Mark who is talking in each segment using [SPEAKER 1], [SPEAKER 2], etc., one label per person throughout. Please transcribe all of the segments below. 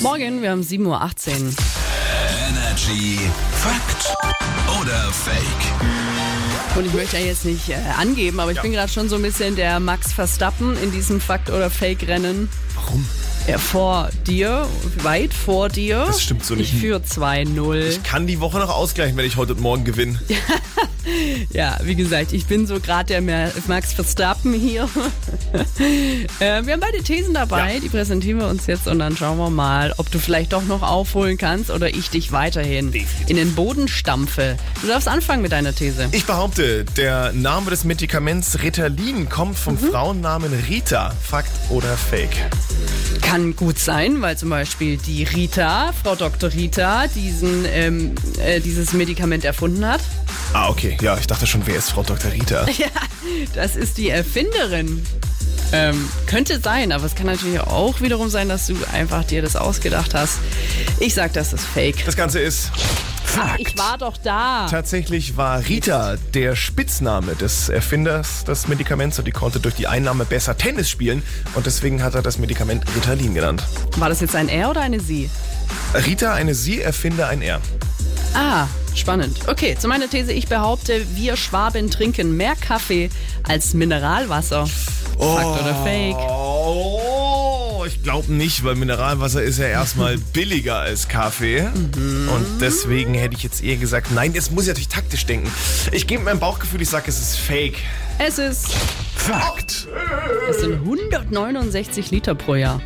[SPEAKER 1] Moin, wir haben 7.18 Uhr.
[SPEAKER 2] Energy Fakt oder Fake?
[SPEAKER 1] Und ich möchte ja jetzt nicht äh, angeben, aber ich bin gerade schon so ein bisschen der Max Verstappen in diesem Fakt- oder Fake-Rennen.
[SPEAKER 3] Warum?
[SPEAKER 1] Ja, vor dir, weit vor dir.
[SPEAKER 3] Das stimmt so nicht.
[SPEAKER 1] Ich führe 2-0.
[SPEAKER 3] Ich kann die Woche noch ausgleichen, wenn ich heute und morgen gewinne.
[SPEAKER 1] Ja, wie gesagt, ich bin so gerade der Mer- Max Verstappen hier. äh, wir haben beide Thesen dabei,
[SPEAKER 3] Ja.
[SPEAKER 1] die präsentieren wir uns jetzt und dann schauen wir mal, ob du vielleicht doch noch aufholen kannst oder ich dich weiterhin
[SPEAKER 3] Definitiv.
[SPEAKER 1] in den Boden stampfe. Du darfst anfangen mit deiner These.
[SPEAKER 3] Ich behaupte, der Name des Medikaments Ritalin kommt vom
[SPEAKER 1] Mhm.
[SPEAKER 3] Frauennamen Rita. Fakt oder Fake?
[SPEAKER 1] Kann gut sein, weil zum Beispiel die Rita, Frau Dr. Rita, diesen, ähm, äh, dieses Medikament erfunden hat.
[SPEAKER 3] Ah, okay. Ja, ich dachte schon, wer ist Frau Dr. Rita?
[SPEAKER 1] Ja, das ist die Erfinderin. Ähm, könnte sein, aber es kann natürlich auch wiederum sein, dass du einfach dir das ausgedacht hast. Ich sag, das ist Fake.
[SPEAKER 3] Das Ganze ist.
[SPEAKER 1] Ach, ich war doch da.
[SPEAKER 3] Tatsächlich war Rita der Spitzname des Erfinders des Medikaments und die konnte durch die Einnahme besser Tennis spielen und deswegen hat er das Medikament Ritalin genannt.
[SPEAKER 1] War das jetzt ein Er oder eine Sie?
[SPEAKER 3] Rita, eine Sie, Erfinder, ein Er.
[SPEAKER 1] Ah, spannend. Okay, zu meiner These, ich behaupte, wir Schwaben trinken mehr Kaffee als Mineralwasser. Fakt oder Fake?
[SPEAKER 3] Oh, ich glaube nicht, weil Mineralwasser ist ja erstmal billiger als Kaffee. Und deswegen hätte ich jetzt eher gesagt, nein, jetzt muss ich natürlich taktisch denken. Ich gebe meinem Bauchgefühl, ich sage, es ist fake.
[SPEAKER 1] Es ist,
[SPEAKER 3] Fakt.
[SPEAKER 1] es sind 169 Liter pro Jahr.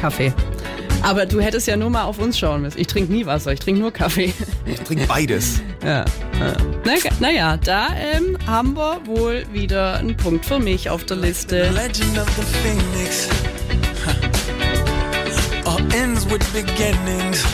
[SPEAKER 1] Kaffee. Aber du hättest ja nur mal auf uns schauen müssen. Ich trinke nie Wasser, ich trinke nur Kaffee.
[SPEAKER 3] Ich trinke beides.
[SPEAKER 1] Ja. Naja, na ja, da ähm, haben wir wohl wieder einen Punkt für mich auf der
[SPEAKER 4] The
[SPEAKER 1] Liste.
[SPEAKER 4] legend of the phoenix. Huh. All ends with beginnings.